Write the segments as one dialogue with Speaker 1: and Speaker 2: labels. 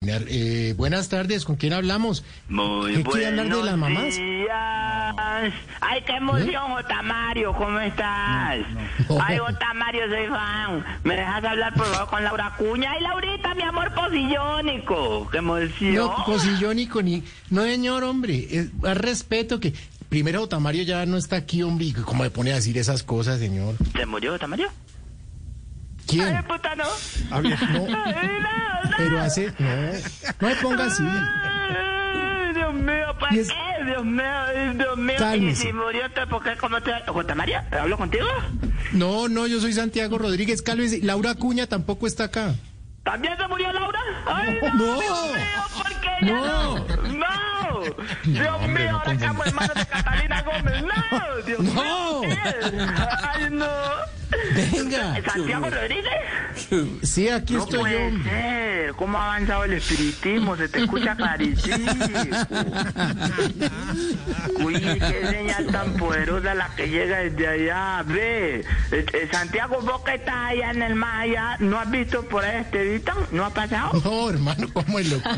Speaker 1: Richard. Eh, buenas tardes, ¿con quién hablamos?
Speaker 2: Muy
Speaker 1: ¿Qué quiere hablar de
Speaker 2: buenos
Speaker 1: las mamás? ¿Eh?
Speaker 2: días. Ay, qué emoción, Otamario, ¿cómo estás?
Speaker 1: no.
Speaker 2: Ay, Otamario, soy fan. ¿Me dejas hablar, por favor, con Laura Cuña? Ay, Laurita, mi amor posillónico. Qué emoción.
Speaker 1: No, Cosillón y Coni. No, señor, hombre. Es, al respeto que. Primero, Otamario ya no está aquí, hombre. y ¿Cómo le pone a decir esas cosas, señor?
Speaker 2: ¿Se murió Otamario? Ay,
Speaker 1: ¿Quién?
Speaker 2: puta, no.
Speaker 1: No,
Speaker 2: Ay, no, no.
Speaker 1: pero hace. No, no me ponga así.
Speaker 2: Ay, Dios mío, ¿para
Speaker 1: Y es-
Speaker 2: qué? Dios mío, ay, Dios mío. Y
Speaker 1: Cálmese.
Speaker 2: si murió, ¿tú- ¿por qué? ¿Cómo te...? ¿Otamario? ¿Hablo contigo?
Speaker 1: No, no, yo soy Santiago Rodríguez Calves. Laura Cuña tampoco está acá.
Speaker 2: ¿También se murió Laura? ¡Ay,
Speaker 1: No.
Speaker 2: no! Dios mío, ¿por qué ella
Speaker 1: No.
Speaker 2: no? ¡No! ¡Dios mío, ahora estamos hermanos de Catalina Gómez! ¡No! ¡Dios mío!
Speaker 1: No.
Speaker 2: ¿qué? ¡Ay, no!
Speaker 1: Venga.
Speaker 2: ¿Santiago Rodríguez?
Speaker 1: Sí, aquí
Speaker 2: No
Speaker 1: estoy yo.
Speaker 2: puede
Speaker 1: hombre.
Speaker 2: ser. ¿Cómo ha avanzado el espiritismo? Se te escucha clarísimo. Uy, qué señal tan poderosa la que llega desde allá. Ve, eh, eh, Santiago, vos que estás allá en el más allá, ¿no has visto por ahí este Vito? ¿No ha pasado?
Speaker 1: No, hermano, ¿cómo es loco?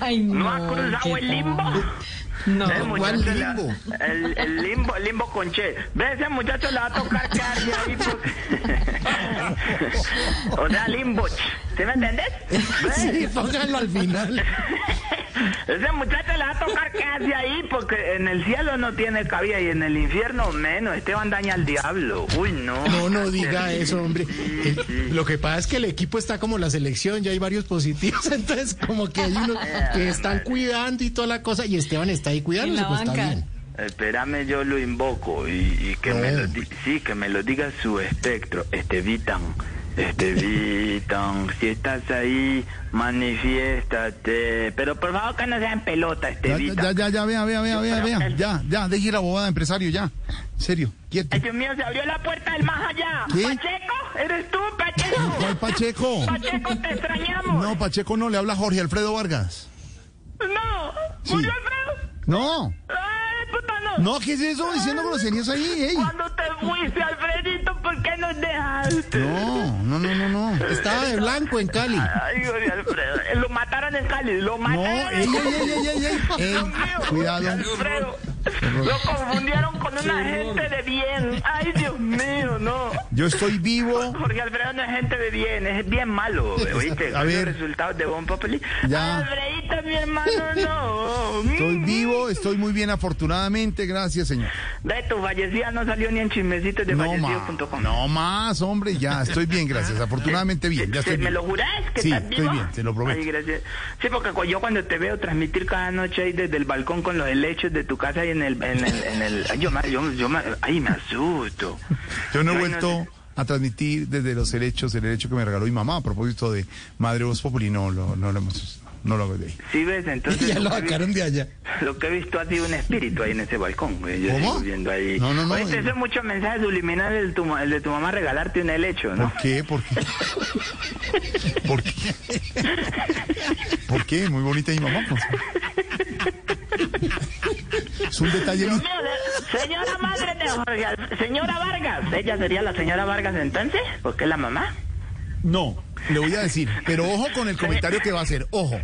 Speaker 3: Ay, no.
Speaker 2: ¿No ha cruzado
Speaker 3: ¿qué
Speaker 2: el limbo?
Speaker 3: tal? No.
Speaker 2: Ese muchacho
Speaker 1: ¿Cuál
Speaker 2: le-
Speaker 1: limbo?
Speaker 2: El, el limbo, el limbo con che. Ve, ese muchacho le va a tocar quedarse ahí. porque- o sea, limbo. ¿Sí me entendés? Ve,
Speaker 1: Sí, póngalo al final.
Speaker 2: Ese muchacho le va a tocar quedarse ahí porque en el cielo no tiene cabida y en el infierno menos. Esteban daña al diablo. Uy, no.
Speaker 1: No, no diga eso, hombre. El- lo que pasa es que el equipo está como la selección, ya hay varios positivos, entonces como que hay unos que están cuidando y toda la cosa, y Esteban está ahí cuidándose,
Speaker 3: En la
Speaker 1: pues está
Speaker 3: banca.
Speaker 1: bien.
Speaker 2: Espérame, yo lo invoco y, y que me
Speaker 1: No.
Speaker 2: lo di- sí, que me lo diga su espectro, Estevitan, Estevitan, si estás ahí, manifiéstate, pero por favor que no sea en pelota,
Speaker 4: Ya, ya,
Speaker 2: Estevitan.
Speaker 4: ya, ya, ya, vea, vea, vea, vea, vea. Ya, ya, deje la bobada, empresario, ya. En serio, quieto.
Speaker 2: Ay, Dios mío, se abrió la puerta del más allá.
Speaker 4: ¿Qué?
Speaker 2: Pacheco, eres tú, Pacheco.
Speaker 4: ¿Cuál Pacheco?
Speaker 2: Pacheco, te extrañamos.
Speaker 4: No, Pacheco no, le habla Jorge Alfredo Vargas.
Speaker 2: No,
Speaker 4: Sí.
Speaker 2: murió Alfredo.
Speaker 4: No,
Speaker 2: Ay, puta, no.
Speaker 4: no, ¿qué es eso? Diciendo groserías ahí, ey.
Speaker 2: Cuando te fuiste, Alfredito, ¿por qué nos dejaste?
Speaker 4: No, no, no, no, no.
Speaker 1: Estaba de blanco en Cali.
Speaker 2: Ay, Jorge Alfredo, eh, lo mataron en Cali, lo
Speaker 4: No,
Speaker 2: mataron.
Speaker 4: ey, ey, ey, ey, ey, ey. Ey,
Speaker 2: Dios mío,
Speaker 4: Cuidado.
Speaker 2: Alfredo, lo confundieron con una gente de bien. Ay, Dios mío, no.
Speaker 4: Yo estoy vivo.
Speaker 2: Jorge Alfredo no es gente de bien, es bien malo, ¿oíste?
Speaker 4: A
Speaker 2: Con
Speaker 4: ver.
Speaker 2: Los resultados de Bon Populi.
Speaker 4: Ya.
Speaker 2: Ay, Alfredito, mi hermano, no.
Speaker 4: Estoy
Speaker 2: Mm.
Speaker 4: vivo, estoy muy bien afortunadamente, gracias señor.
Speaker 2: De tu fallecida no salió ni en chismecitos de
Speaker 4: No más,
Speaker 2: fallecido.com.
Speaker 4: no más, hombre, ya estoy bien, gracias, afortunadamente bien, ya
Speaker 2: Sí,
Speaker 4: estoy
Speaker 2: ¿Me
Speaker 4: bien.
Speaker 2: lo jurás que
Speaker 4: Sí,
Speaker 2: estás
Speaker 4: estoy
Speaker 2: viva?
Speaker 4: bien, te lo prometo.
Speaker 2: Ay, gracias. Sí, porque cu- yo cuando te veo transmitir cada noche ahí desde el balcón con los helechos de tu casa y en el... En el, en el ay, yo, me- yo, yo me- ay, me asusto.
Speaker 4: Yo no he
Speaker 2: Ay,
Speaker 4: vuelto
Speaker 2: sé.
Speaker 4: a transmitir desde los derechos, el derecho que me regaló mi mamá a propósito de Madre Voz Populi, no, lo- no lo hemos, no lo hago de ahí.
Speaker 2: Sí, ves, entonces
Speaker 1: Ya lo
Speaker 2: lo, que
Speaker 1: sacaron de allá.
Speaker 2: vi- lo que he visto ha sido un espíritu ahí en ese balcón. güey. Yo
Speaker 4: ¿Cómo?
Speaker 2: sigo viendo ahí.
Speaker 4: No, no, no,
Speaker 2: Oye,
Speaker 4: eh.
Speaker 2: eso es mucho mensaje subliminal el, tu, ma- el de tu mamá regalarte un helecho, ¿no?
Speaker 4: ¿Por qué? ¿Por qué? ¿Por qué? ¿Por qué? Muy bonita mi mamá. pues. Es un detalle.
Speaker 2: Dios mío, de- Señora madre de Jorge, Al- señora Vargas, ella sería la señora Vargas entonces, porque es la mamá.
Speaker 4: No, le voy a decir, pero ojo con el comentario que va a hacer, ojo,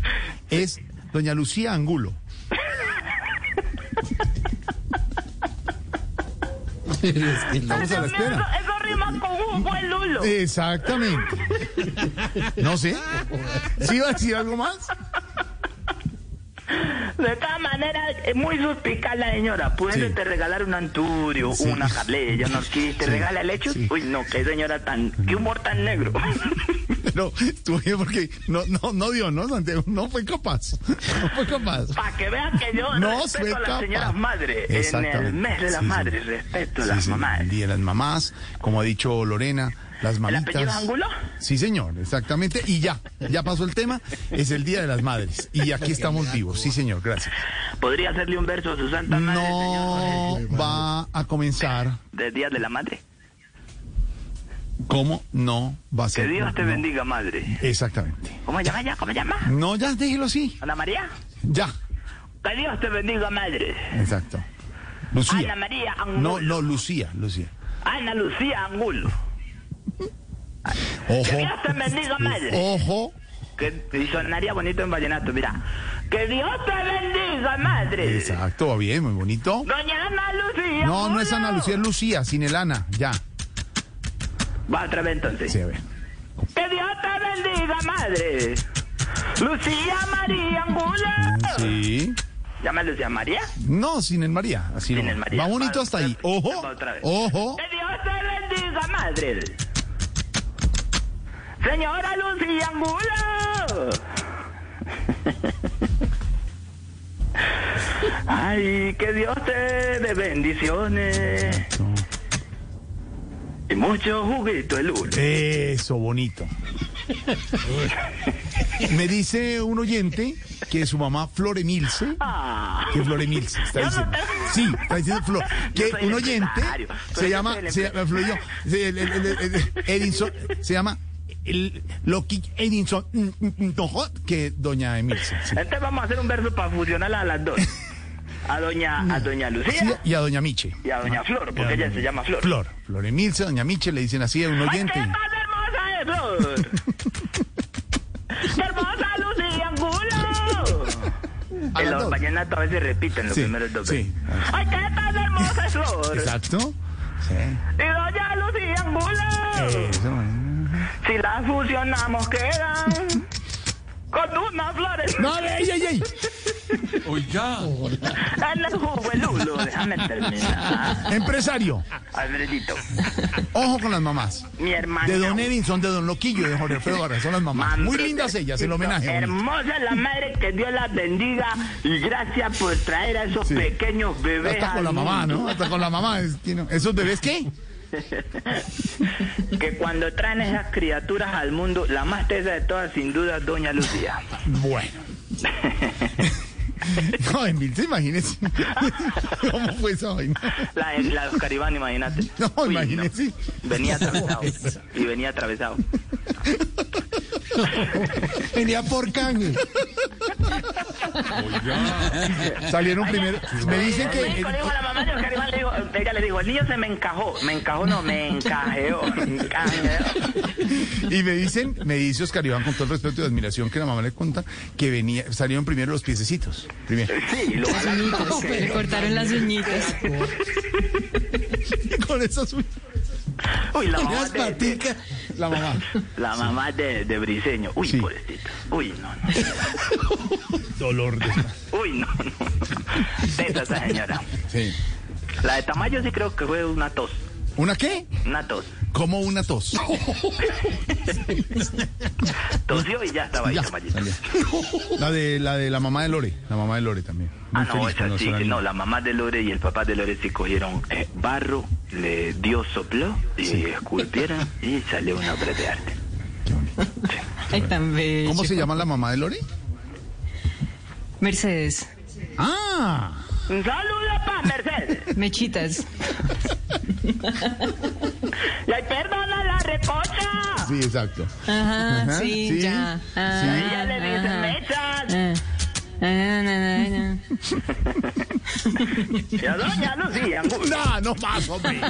Speaker 4: es doña Lucía Angulo.
Speaker 1: Pero es que no.
Speaker 4: Estamos a la
Speaker 2: Dios mío,
Speaker 4: espera.
Speaker 2: Eso, eso rima con Hugo el Lulo.
Speaker 4: Exactamente. No sé. ¿Sí va a decir algo más?
Speaker 2: De todas maneras, es muy suspicaz la señora. Puede
Speaker 4: Sí.
Speaker 2: te regalar un anturio, una cableya, no sé, te regala lechos. Uy, no, qué señora tan, qué humor tan negro.
Speaker 4: No, estuvo bien porque no, no, no dio, ¿no, Santiago? No fue capaz. No fue capaz.
Speaker 2: Para que vean que yo
Speaker 4: No soy
Speaker 2: respeto a las
Speaker 4: capaz.
Speaker 2: señoras madres. En
Speaker 4: Exactamente.
Speaker 2: el mes de las
Speaker 4: Sí, sí.
Speaker 2: madres, respeto a
Speaker 4: Sí,
Speaker 2: las
Speaker 4: sí,
Speaker 2: mamás.
Speaker 4: El día de las mamás, como ha dicho Lorena, las
Speaker 2: apellido
Speaker 4: mamitas.
Speaker 2: es Angulo?
Speaker 4: Sí, señor, exactamente. Y ya, ya pasó el tema. Es el día de las madres. Y aquí estamos vivos. Sí, señor, gracias.
Speaker 2: ¿Podría hacerle un verso a su santa madre, señor?
Speaker 4: No va a comenzar.
Speaker 2: De Día de la Madre.
Speaker 4: ¿Cómo no va a
Speaker 2: Que
Speaker 4: ser?
Speaker 2: Dios te
Speaker 4: No.
Speaker 2: bendiga, madre.
Speaker 4: Exactamente.
Speaker 2: ¿Cómo llama ya? ¿Cómo llama?
Speaker 4: No, ya, déjelo así.
Speaker 2: Ana María.
Speaker 4: Ya.
Speaker 2: Que Dios te bendiga, madre.
Speaker 4: Exacto. Lucía.
Speaker 2: Ana María Angulo.
Speaker 4: No, no, Lucía, Lucía.
Speaker 2: Ana Lucía Angulo.
Speaker 4: Ojo,
Speaker 2: Que Dios te bendiga, madre.
Speaker 4: ojo,
Speaker 2: Que, y sonaría bonito en vallenato, mira. Que Dios te bendiga, madre.
Speaker 4: Exacto, va bien, muy bonito.
Speaker 2: Doña Ana Lucía.
Speaker 4: No, no es Ana
Speaker 2: Muro.
Speaker 4: Lucía, es Lucía, sin el Ana, ya.
Speaker 2: Va otra vez entonces.
Speaker 4: Sí, a ver.
Speaker 2: Que Dios te bendiga, madre. Lucía María Angula.
Speaker 4: Sí.
Speaker 2: Llama a Lucía María.
Speaker 4: No, sin el María, así
Speaker 2: Sin el
Speaker 4: nomás.
Speaker 2: María.
Speaker 4: Va bonito hasta ahí.
Speaker 2: Va
Speaker 4: Ojo,
Speaker 2: otra vez.
Speaker 4: ojo.
Speaker 2: Que Dios te bendiga, madre. Señora Lucía Angulo. Ay, que Dios te dé bendiciones y mucho juguito el lunes.
Speaker 4: Eso, bonito. Me dice un oyente que su mamá Flore Milce,
Speaker 2: Ah.
Speaker 4: que Flore Milce, está
Speaker 2: Yo no
Speaker 4: diciendo.
Speaker 2: tengo-
Speaker 4: Sí, está diciendo Flor.
Speaker 2: Yo
Speaker 4: Que
Speaker 2: soy
Speaker 4: un
Speaker 2: el
Speaker 4: oyente
Speaker 2: empresario, pero
Speaker 4: se
Speaker 2: yo
Speaker 4: llama,
Speaker 2: soy el
Speaker 4: se
Speaker 2: empre-
Speaker 4: llama, Flor, yo, se- el- el- el- el- el- Edinson, se llama el, Loki Edinson, mm, mm, mm, Tojo, que doña Emilce. sí.
Speaker 2: Entonces vamos a hacer un verso para fusionarla a las dos. A doña, a doña Lucía
Speaker 4: Sí, y a doña Miche.
Speaker 2: y a doña Flor,
Speaker 4: Y a
Speaker 2: porque ella
Speaker 4: doña-
Speaker 2: se llama Flor.
Speaker 4: Flor, Flor Emilce, doña Miche, le dicen así a un
Speaker 2: ¡Ay, qué
Speaker 4: oyente.
Speaker 2: más hermosa es Flor! ¡Qué hermosa Lucía Angulo!
Speaker 4: A
Speaker 2: En
Speaker 4: las
Speaker 2: los
Speaker 4: dos.
Speaker 2: vallenatos a veces repiten los
Speaker 4: Sí,
Speaker 2: primeros dos
Speaker 4: sí.
Speaker 2: veces. ¡Ay, qué tan hermosa es Flor!
Speaker 4: Exacto. Sí.
Speaker 2: ¡Y doña Lucía Angulo!
Speaker 4: Eso,
Speaker 2: Si las fusionamos quedan con unas flores
Speaker 4: No, ey, ey, ey.
Speaker 2: en el jugo el lulo. Déjame terminar.
Speaker 4: Empresario,
Speaker 2: Alfredito,
Speaker 4: ojo con las mamás.
Speaker 2: mi hermana.
Speaker 4: De Don Edinson, de Don Loquillo y de Jorge Alfredo Barra, son las mamás. Muy lindas ellas, el homenaje. bonito.
Speaker 2: Hermosa la madre, que Dios las bendiga y gracias por traer a esos
Speaker 4: Sí.
Speaker 2: pequeños bebés.
Speaker 4: Hasta con la
Speaker 2: al
Speaker 4: mamá,
Speaker 2: mundo.
Speaker 4: ¿no? Hasta con la mamá. es que no- ¿Esos bebés qué?
Speaker 2: Que cuando traen esas criaturas al mundo, la más tesa de todas, sin duda, es Doña Lucía.
Speaker 4: Bueno. No, en Vilce, imagínese. ¿Cómo fue esa vaina?
Speaker 2: La, de- la de Oscar Iván, imagínate.
Speaker 4: No, imagínese.
Speaker 2: Venía atravesado. Y venía atravesado.
Speaker 1: Venía por canje.
Speaker 4: Salieron primero. Me dicen
Speaker 2: En México le
Speaker 4: que.
Speaker 2: digo a la mamá de Oscar Iván, le digo, ella le digo, el niño se me encajó. Me encajó, no, me encajeó. me encajeó.
Speaker 4: Y me dicen, me dice Oscar Iván, con todo el respeto y admiración que la mamá le cuenta, que venía, salieron primero los piececitos. Primero.
Speaker 2: Sí, lo
Speaker 3: Las uñitas, que le cortaron las uñitas.
Speaker 4: Con esas
Speaker 2: Uy, la mamá
Speaker 1: Las
Speaker 2: de- de-
Speaker 1: paticas.
Speaker 4: La mamá.
Speaker 2: La mamá de, de Briseño. Uy,
Speaker 4: Sí.
Speaker 2: pobrecita. Uy, no, no.
Speaker 4: Dolor de.
Speaker 2: Uy, no, no. Tesa esa señora.
Speaker 4: Sí.
Speaker 2: La de Tamayo sí creo que fue una tos.
Speaker 4: ¿Una qué?
Speaker 2: Una tos.
Speaker 4: Como una tos.
Speaker 2: Tosió y ya estaba ahí,
Speaker 4: Ya,
Speaker 2: Tamayito.
Speaker 4: salió. La de la de la mamá de Lore, la mamá de Lore también. Muy
Speaker 2: Ah, no,
Speaker 4: feliz
Speaker 2: esa
Speaker 4: cuando
Speaker 2: sí.
Speaker 4: se la
Speaker 2: que No,
Speaker 4: niña.
Speaker 2: la mamá de Lore y el papá de Lore sí cogieron eh, barro, le dio sopló y esculpieron y salió una obra de arte.
Speaker 3: Ay, tan bello.
Speaker 4: ¿Cómo se llama la mamá de Lore?
Speaker 3: Mercedes.
Speaker 4: Ah,
Speaker 2: ¡Un saludo para Mercedes!
Speaker 3: Mechitas.
Speaker 2: ¡Le perdona la recocha!
Speaker 4: sí, exacto.
Speaker 3: Ajá,
Speaker 4: Ajá,
Speaker 3: sí,
Speaker 4: sí,
Speaker 3: ya. Ah,
Speaker 4: sí.
Speaker 2: Ella le dice mechas.
Speaker 3: ah, ah, na, na, na.
Speaker 2: Y a doña Lucía.
Speaker 4: No, no más, hombre.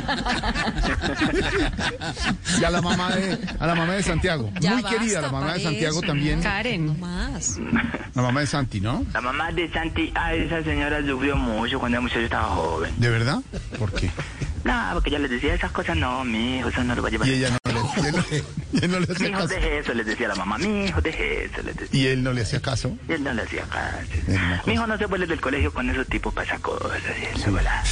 Speaker 4: y a la mamá de a la mamá de Santiago,
Speaker 5: Ya
Speaker 4: muy
Speaker 5: basta,
Speaker 4: querida la mamá de
Speaker 5: parece.
Speaker 4: Santiago también,
Speaker 3: Karen.
Speaker 5: Más.
Speaker 4: la mamá de Santi, ¿no?
Speaker 2: La mamá de Santi, ay, esa señora sufrió mucho cuando el muchacho estaba joven.
Speaker 4: ¿De verdad? ¿Por qué?
Speaker 2: No, porque yo les decía esas cosas, no, mi hijo, eso no lo va a llevar.
Speaker 4: Y ella no le, y él no- y él no le
Speaker 2: Mi
Speaker 4: hacía
Speaker 2: hijo,
Speaker 4: caso.
Speaker 2: deje eso, les decía la mamá. Mi hijo, deje eso, les decía.
Speaker 4: Y él no le hacía caso.
Speaker 2: Y él no le hacía caso.
Speaker 4: Es una cosa.
Speaker 2: Mi hijo no se vuelve del colegio con esos tipos para esas cosas. Y él se vuela.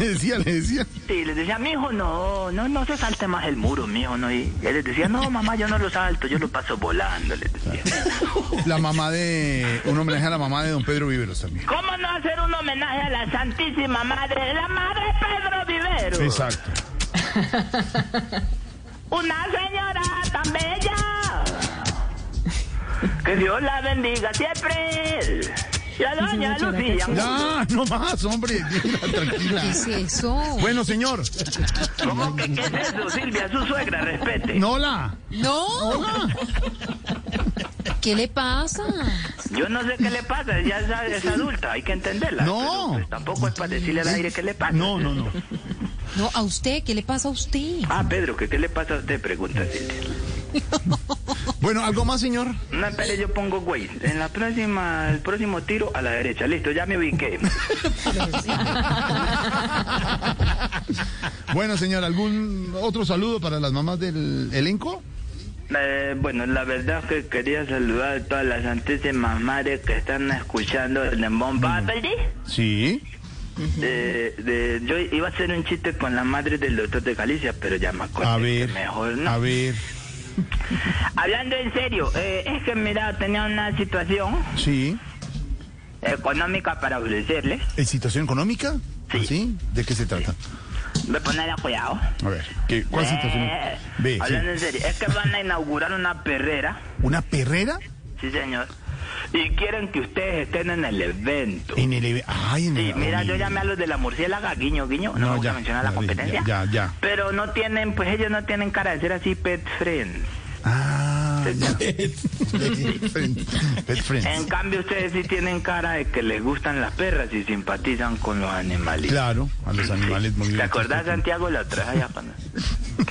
Speaker 4: Le decía, le decía.
Speaker 2: Sí, les decía, mi hijo, no, no, no se salte más el muro, mi hijo, no. Y él les decía, no, mamá, yo no lo salto, yo lo paso volando, les decía.
Speaker 4: La mamá de un homenaje a la mamá de Don Pedro Viveros también.
Speaker 2: ¿Cómo no hacer un homenaje a la Santísima Madre, la Madre Pedro Vivero?
Speaker 4: Exacto.
Speaker 2: Una señora tan bella. Que Dios la bendiga siempre. Y a doña Lucía.
Speaker 4: Ya, no más, hombre. Mira, tranquila.
Speaker 5: ¿Qué es eso?
Speaker 4: Bueno, señor.
Speaker 2: ¿Cómo que qué es eso, Silvia? Su suegra, respete.
Speaker 4: Nola.
Speaker 5: No,
Speaker 4: Hola.
Speaker 5: ¿qué le pasa?
Speaker 2: Yo no sé qué le pasa, ya es, es adulta, hay que entenderla.
Speaker 4: No.
Speaker 2: Pero, pues, tampoco es para decirle al aire qué le pasa.
Speaker 4: No, no, no.
Speaker 5: No, a usted, ¿qué le pasa a usted?
Speaker 2: Ah, Pedro, que qué le pasa a usted, pregunta Silvia.
Speaker 4: Bueno, ¿algo más, señor?
Speaker 2: No, espere, yo pongo güey. En la próxima, el próximo tiro a la derecha. Listo, ya me ubiqué.
Speaker 4: Bueno, señor, ¿algún otro saludo para las mamás del elenco?
Speaker 2: Eh, bueno, la verdad que quería saludar a todas las santísimas madres que están escuchando el Lembón Battery.
Speaker 4: Sí.
Speaker 2: Eh, de- yo iba a hacer un chiste con la madre del doctor de Galicia, pero ya me acordé
Speaker 4: A
Speaker 2: que
Speaker 4: ver,
Speaker 2: Pues, mejor no.
Speaker 4: a ver,
Speaker 2: Hablando en serio, eh, es que mira, tenía una situación
Speaker 4: sí.
Speaker 2: económica para ofrecerles.
Speaker 4: ¿En situación económica?
Speaker 2: Sí.
Speaker 4: ¿Así? ¿De qué se trata?
Speaker 2: Voy a poner a cuidado.
Speaker 4: A ver, ¿qué, ¿cuál situación?
Speaker 2: Eh,
Speaker 4: Ve,
Speaker 2: hablando
Speaker 4: sí.
Speaker 2: en serio, es que van a inaugurar una perrera,
Speaker 4: ¿Una perrera?
Speaker 2: sí señor, y quieren que ustedes estén en el evento.
Speaker 4: En el... eve- Ay, en
Speaker 2: Sí,
Speaker 4: el...
Speaker 2: mira, yo llamé a los de la murciélaga, guiño, guiño, no,
Speaker 4: No,
Speaker 2: me gusta
Speaker 4: ya,
Speaker 2: mencionar
Speaker 4: ya,
Speaker 2: la competencia.
Speaker 4: ya, ya, ya.
Speaker 2: Pero no tienen, pues ellos no tienen cara de ser así pet friends.
Speaker 4: Ah, ya. Pet friend. Pet friend.
Speaker 2: En cambio, ustedes sí tienen cara de que les gustan las perras y simpatizan con los animalitos.
Speaker 4: Claro, a los animales muy
Speaker 2: ¿Te
Speaker 4: bien.
Speaker 2: acordás, Santiago, la otra vez allá cuando-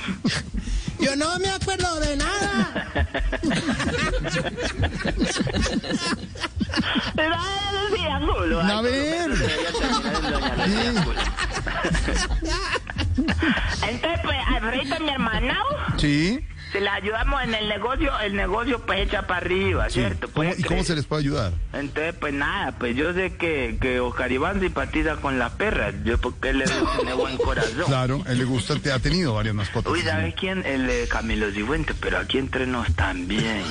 Speaker 1: Yo no me acuerdo de nada.
Speaker 2: Pero, ah, no es triángulo, ay,
Speaker 4: A ver.
Speaker 2: por lo menos debería terminar en Doña Los Triángulos. Entonces, pues, Alfredito, mi hermano,
Speaker 4: Sí.
Speaker 2: si la ayudamos en el negocio, el negocio pues echa para arriba, ¿cierto? Pues,
Speaker 4: ¿Cómo- ¿Y cómo se les puede ayudar?
Speaker 2: Entonces, pues nada, pues yo sé que, que Oscar Iván simpatiza con las perras, yo porque él es tiene buen corazón.
Speaker 4: Claro, a él le gusta, te ha tenido varias mascotas.
Speaker 2: Uy, ¿sabes quién? El de Camilo Cifuentes, pero aquí entre nos también.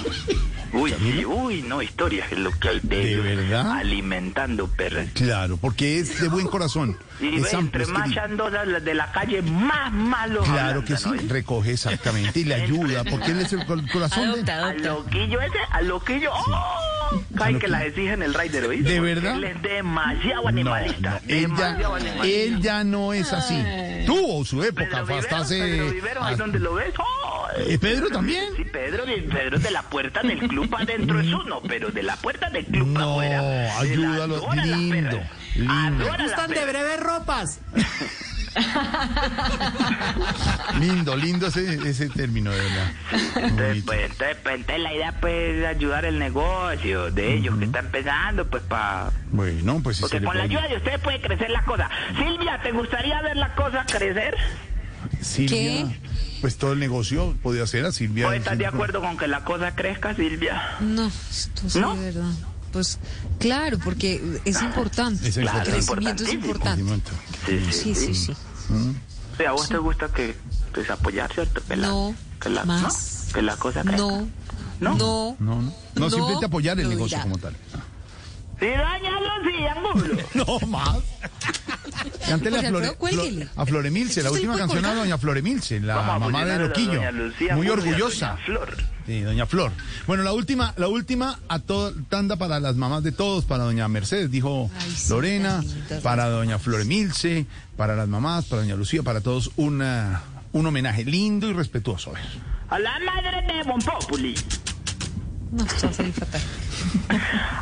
Speaker 2: Uy, sí, uy, no, historias es lo que hay de,
Speaker 4: ¿De
Speaker 2: ellos,
Speaker 4: verdad?
Speaker 2: Alimentando perras.
Speaker 4: Claro, porque es de buen corazón.
Speaker 2: Y
Speaker 4: es
Speaker 2: ve,
Speaker 4: amplio,
Speaker 2: entre
Speaker 4: es
Speaker 2: más
Speaker 4: querido.
Speaker 2: chandosas las de la calle, más malos
Speaker 4: Claro que sí,
Speaker 2: ablandan, ¿oí?
Speaker 4: recoge exactamente y le ayuda, porque él es el col- corazón de...
Speaker 3: Adopta,
Speaker 2: Al
Speaker 3: adopta.
Speaker 2: loquillo ese, al loquillo, ¡oh! Cae que
Speaker 4: loquillo.
Speaker 2: las exigen el rider, ¿oí?
Speaker 4: ¿De
Speaker 2: Porque
Speaker 4: verdad?
Speaker 2: Él es demasiado
Speaker 4: No, no,
Speaker 2: animalista.
Speaker 4: él,
Speaker 2: demasiado
Speaker 4: ya,
Speaker 2: animalista.
Speaker 4: él ya no es así. Tuvo su época,
Speaker 2: Pedro
Speaker 4: fue hasta
Speaker 2: Vivero,
Speaker 4: hace...
Speaker 2: Pedro Vivero, ahí
Speaker 4: hasta-
Speaker 2: donde lo ves, ¡oh!
Speaker 4: Eh, Pedro también.
Speaker 2: Sí, Pedro, de- Pedro de la puerta del club para adentro es uno, pero de la puerta del club para
Speaker 4: No,
Speaker 2: afuera. él
Speaker 4: ayúdalo,
Speaker 2: adora las
Speaker 4: lindo,
Speaker 2: perras.
Speaker 4: lindo.
Speaker 2: Adora las
Speaker 1: Gustan de
Speaker 2: perras.
Speaker 1: breves ropas.
Speaker 4: Lindo, lindo ese, ese término, de verdad. Muy
Speaker 2: Entonces,
Speaker 4: bonito.
Speaker 2: pues, entonces, pues, entonces la idea pues, es ayudar el negocio de ellos que están empezando, pues para...
Speaker 4: Bueno, pues sí se
Speaker 2: Porque
Speaker 4: le
Speaker 2: con la
Speaker 4: puede-
Speaker 2: ayuda de ustedes puede crecer la cosa. Silvia, ¿te gustaría ver la cosa crecer?
Speaker 4: Silvia,
Speaker 5: ¿Qué?
Speaker 4: pues todo el negocio podía ser a Silvia.
Speaker 2: ¿O estás de acuerdo con que la cosa crezca, Silvia?
Speaker 5: No, esto sí,
Speaker 2: ¿No?
Speaker 5: de verdad. Pues claro, porque es importante.
Speaker 4: Es
Speaker 5: el
Speaker 4: importante.
Speaker 5: crecimiento es importante.
Speaker 4: Continúa, entonces.
Speaker 5: Sí, sí, sí.
Speaker 2: Sí, ¿A vos te gusta que, que se apoyar, cierto? Que la,
Speaker 5: No,
Speaker 2: que la,
Speaker 5: más.
Speaker 2: ¿no? Que la cosa crezca.
Speaker 5: No,
Speaker 2: ¿No?
Speaker 5: no, no.
Speaker 4: No, no. No, simplemente apoyar el
Speaker 5: lo
Speaker 4: negocio
Speaker 5: dirá.
Speaker 4: como tal.
Speaker 2: Sí, daña los triángulos.
Speaker 4: No más. Cántele a,
Speaker 5: Jorge
Speaker 4: Flore,
Speaker 5: Alfredo, cuélguele. Este
Speaker 4: Flo- a Flore Milce, la
Speaker 5: Esto se
Speaker 4: última
Speaker 5: puede
Speaker 4: canción a
Speaker 5: colgar.
Speaker 4: Doña Flore Milce, la
Speaker 2: Vamos a
Speaker 4: mamá
Speaker 2: fusionar
Speaker 4: de
Speaker 2: a
Speaker 4: Loquillo.
Speaker 2: doña Lucía Mundo
Speaker 4: muy
Speaker 2: y a
Speaker 4: orgullosa.
Speaker 2: doña Flor.
Speaker 4: Sí, Doña Flor. Bueno, la última, la última a todo, tanda para las mamás de todos, para Doña Mercedes, dijo
Speaker 5: Ay, sí,
Speaker 4: Lorena,
Speaker 5: tan lindas
Speaker 4: para
Speaker 5: las
Speaker 4: Doña
Speaker 5: mamás.
Speaker 4: Flore Milce, para las mamás, para Doña Lucía, para todos, una, un homenaje lindo y respetuoso. A ver.
Speaker 2: A la madre de Bon Populi.
Speaker 5: No, esto va a salir fatal.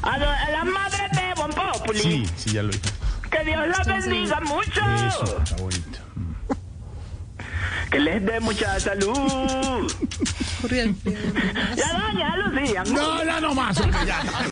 Speaker 2: A, do- a la madre de Bon Populi.
Speaker 4: Sí, sí, ya lo dijo.
Speaker 2: Que Dios la bendiga mucho.
Speaker 4: Eso, está bonito.
Speaker 2: Que les dé mucha salud.
Speaker 5: Jorge Alfredo.
Speaker 2: ya, doña Lucía.
Speaker 4: No, no, no más, hombre, ya.